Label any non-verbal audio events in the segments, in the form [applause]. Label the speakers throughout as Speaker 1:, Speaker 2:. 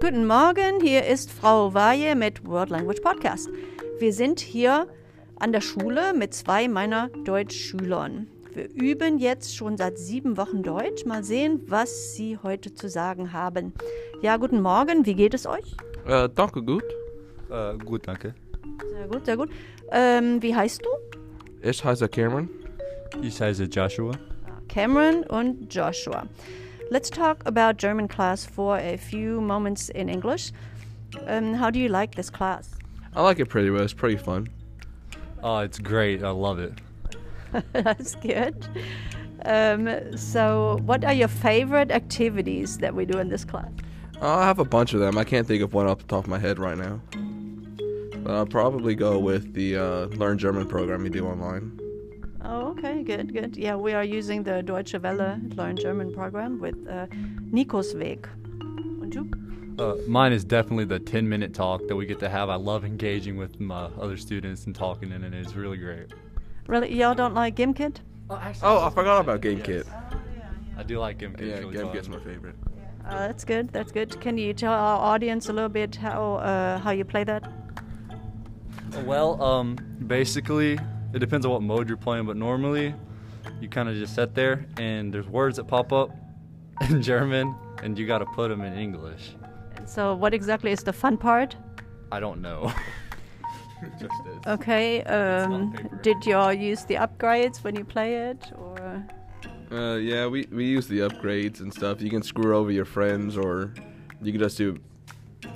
Speaker 1: Guten Morgen, hier ist Frau Waje mit World Language Podcast. Wir sind hier an der Schule mit zwei meiner Deutschschülern. Wir üben jetzt schon seit sieben Wochen Deutsch. Mal sehen, was Sie heute zu sagen haben. Ja, guten Morgen, wie geht es euch?
Speaker 2: Äh, danke, gut.
Speaker 3: Äh, gut, danke.
Speaker 1: Sehr gut, sehr gut. Ähm, wie heißt du?
Speaker 2: Ich heiße Cameron.
Speaker 3: Ich heiße Joshua.
Speaker 1: Cameron and Joshua. Let's talk about German class for a few moments in English. Um, how do you like this class?
Speaker 2: I like it pretty well. It's pretty fun.
Speaker 3: Oh, it's great. I love it.
Speaker 1: That's good. Um, so, what are your favorite activities that we do in this class?
Speaker 2: Uh, I have a bunch of them. I can't think of one off the top of my head right now. But I'll probably go with the uh, Learn German program you do online.
Speaker 1: Oh, okay, good, good. Yeah, we are using the Deutsche Welle Learn German program with uh, Nikos Weg. Und du?
Speaker 3: Uh, mine is definitely the 10 minute talk that we get to have. I love engaging with my other students and talking, and it is really great.
Speaker 1: Really, y'all don't like GimKit?
Speaker 3: Oh, actually,
Speaker 2: Oh, I forgot about GameKit.
Speaker 3: I do like him.
Speaker 2: Yeah, GameKit's my favorite.
Speaker 1: Uh, that's good, that's good. Can you tell our audience a little bit how uh, how you play that?
Speaker 3: Well, um, basically, it depends on what mode you're playing, but normally you kind of just sit there and there's words that pop up [laughs] in German and you got to put them in English.
Speaker 1: So, what exactly is the fun part?
Speaker 3: I don't know. [laughs]
Speaker 1: Okay, um,
Speaker 3: paper.
Speaker 1: did y'all use the upgrades when you play it, or
Speaker 2: Uh, yeah, we, we use the upgrades and stuff. You can screw over your friends, or you can just do,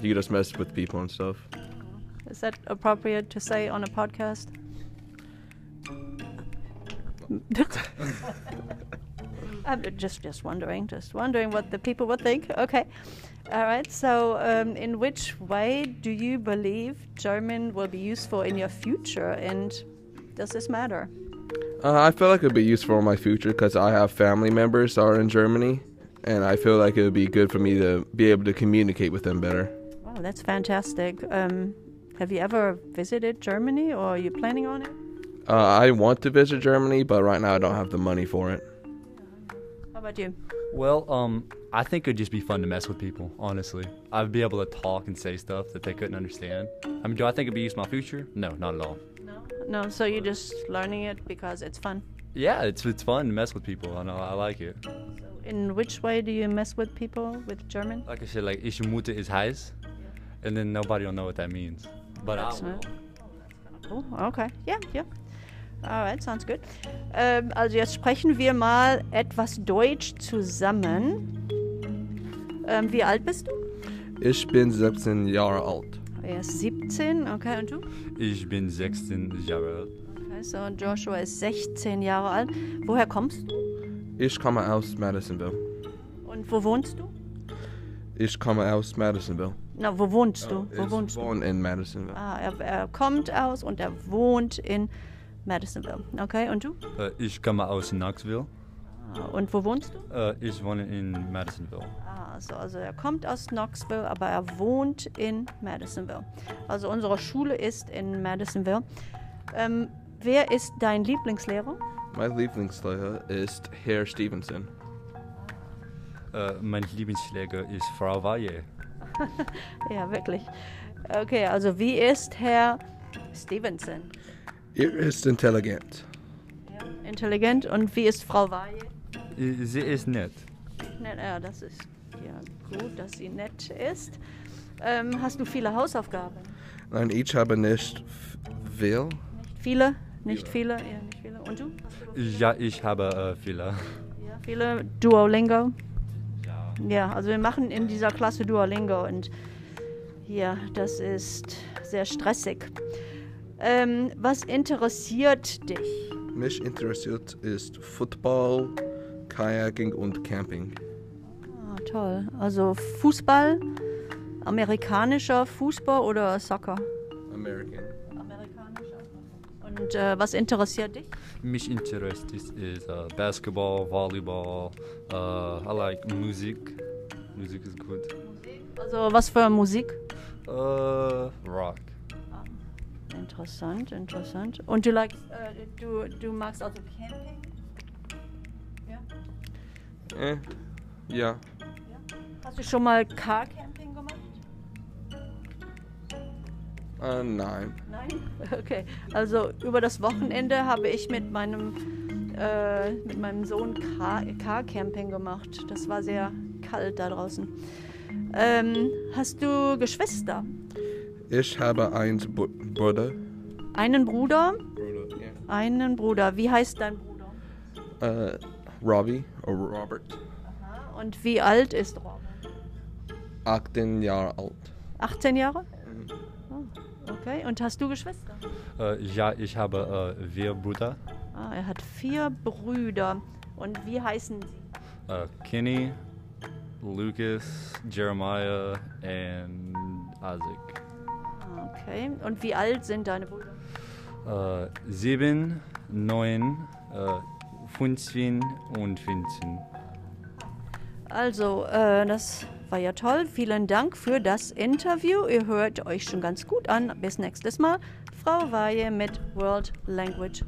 Speaker 2: you can just mess with people and stuff.
Speaker 1: is that appropriate to say on a podcast? [laughs] I'm just just wondering, just wondering what the people would think. Okay, all right. So, um, in which way do you believe German will be useful in your future, and does this matter?
Speaker 2: Uh, I feel like it would be useful in my future because I have family members that are in Germany, and I feel like it would be good for me to be able to communicate with them better.
Speaker 1: Wow, that's fantastic. Um, have you ever visited Germany, or are you planning on it?
Speaker 2: Uh, I want to visit Germany, but right now I don't have the money for it.
Speaker 1: How about you?
Speaker 3: well, um, I think it'd just be fun to mess with people, honestly. I'd be able to talk and say stuff that they couldn't understand. I mean, do I think it'd be useful in my future? No, not at all.
Speaker 1: No. No, so you're just learning it because it's fun.
Speaker 3: Yeah, it's it's fun to mess with people. I know I like it.
Speaker 1: In which way do you mess with people with German?
Speaker 3: Like I said, like ich mute is heiß, and then nobody will know what that means. But I
Speaker 1: That's
Speaker 3: will.
Speaker 1: not- Oh, okay. Ja, ja. Alright, sounds good. Ähm, also jetzt sprechen wir mal etwas Deutsch zusammen. Ähm, wie alt bist du?
Speaker 2: Ich bin 17 Jahre alt.
Speaker 1: Er ist 17, okay, und du?
Speaker 3: ich bin 16 Jahre alt.
Speaker 1: Okay, so Joshua ist 16 Jahre alt. Woher kommst du?
Speaker 2: Ich komme aus Madisonville.
Speaker 1: Und wo wohnst du?
Speaker 2: Ich komme aus Madisonville.
Speaker 1: Na, wo wohnst du? wo
Speaker 2: ich
Speaker 1: wohnst du?
Speaker 2: wohne in Madisonville.
Speaker 1: Ah, er, er kommt aus und er wohnt in Madisonville. Okay, und du?
Speaker 3: Äh, ich komme aus Knoxville.
Speaker 1: Ah, Und wo wohnst du?
Speaker 3: Äh, ich wohne in Madisonville.
Speaker 1: Ah, so, also er kommt aus Knoxville, aber er wohnt in Madisonville. Also unsere Schule ist in Madisonville. Ähm, wer ist dein Lieblingslehrer? [laughs]
Speaker 2: My Lieblingslehrer ist Herr Stevenson.
Speaker 3: Äh, mein Lieblingsschläger ist Frau Valle.
Speaker 1: Ja, wirklich. Okay, also wie ist Herr Stevenson?
Speaker 2: Er ist intelligent.
Speaker 1: Intelligent und wie ist Frau Waje?
Speaker 3: Äh, Sie ist nett.
Speaker 1: Nett, ja, das ist ja gut, dass sie nett ist. Ähm, hast du viele Hausaufgaben?
Speaker 2: Nein, ich habe nicht f- viel.
Speaker 1: Nicht viele? Nicht viele? Ja, nicht viele. Und du? Hast du
Speaker 3: Ja, ich habe äh, viele.
Speaker 1: ja, viele? Duolingo?
Speaker 3: Ja.
Speaker 1: Ja, also wir machen in dieser Klasse Duolingo und ja, das ist sehr stressig. Ähm, was interessiert dich?
Speaker 2: Mich interessiert ist Football, Kayaking und Camping.
Speaker 1: Ah, toll. Also Fußball, amerikanischer Fußball oder Soccer?
Speaker 2: American.
Speaker 1: Amerikanischer. Und äh, was interessiert dich?
Speaker 3: Mich interessiert ist äh, Basketball, Volleyball. Äh, I like Musik. Musik ist gut.
Speaker 1: Also was für Musik? Ah,
Speaker 3: Äh, Rock.
Speaker 1: Interessant, interessant. Und du, like, äh, du, du magst also Camping? Ja.
Speaker 2: Eh, ja.
Speaker 1: Hast du schon mal Car Camping gemacht?
Speaker 2: Äh, nein.
Speaker 1: Nein? [laughs] Okay. Also über das Wochenende habe ich mit meinem, äh, mit meinem Sohn Car, Car Camping gemacht. Das war sehr kalt da draußen. Ähm, hast du Geschwister?
Speaker 2: Ich habe eins Bu- Bruder.
Speaker 1: Einen Bruder?
Speaker 2: Bruder, ja.
Speaker 1: Einen Bruder. Wie heißt dein Bruder?
Speaker 2: Äh, Robbie or Robert.
Speaker 1: Und wie alt ist Robin?
Speaker 2: 18 Jahre alt.
Speaker 1: 18 Jahre?
Speaker 2: Mhm.
Speaker 1: Oh, okay. Und hast du Geschwister?
Speaker 3: Äh, ja, ich habe äh, vier Brüder.
Speaker 1: Ah, er hat vier Brüder. Und wie heißen sie?
Speaker 3: Äh, Kenny, Lucas, Jeremiah, and Isaac.
Speaker 1: Ah, Okay. Und wie alt sind deine Brüder?
Speaker 3: Äh, sieben, neun, äh, 15 und 15.
Speaker 1: Also, äh, das war ja toll. Vielen Dank für das Interview. Ihr hört euch schon ganz gut an. Bis nächstes Mal. Frau Weihe mit World Language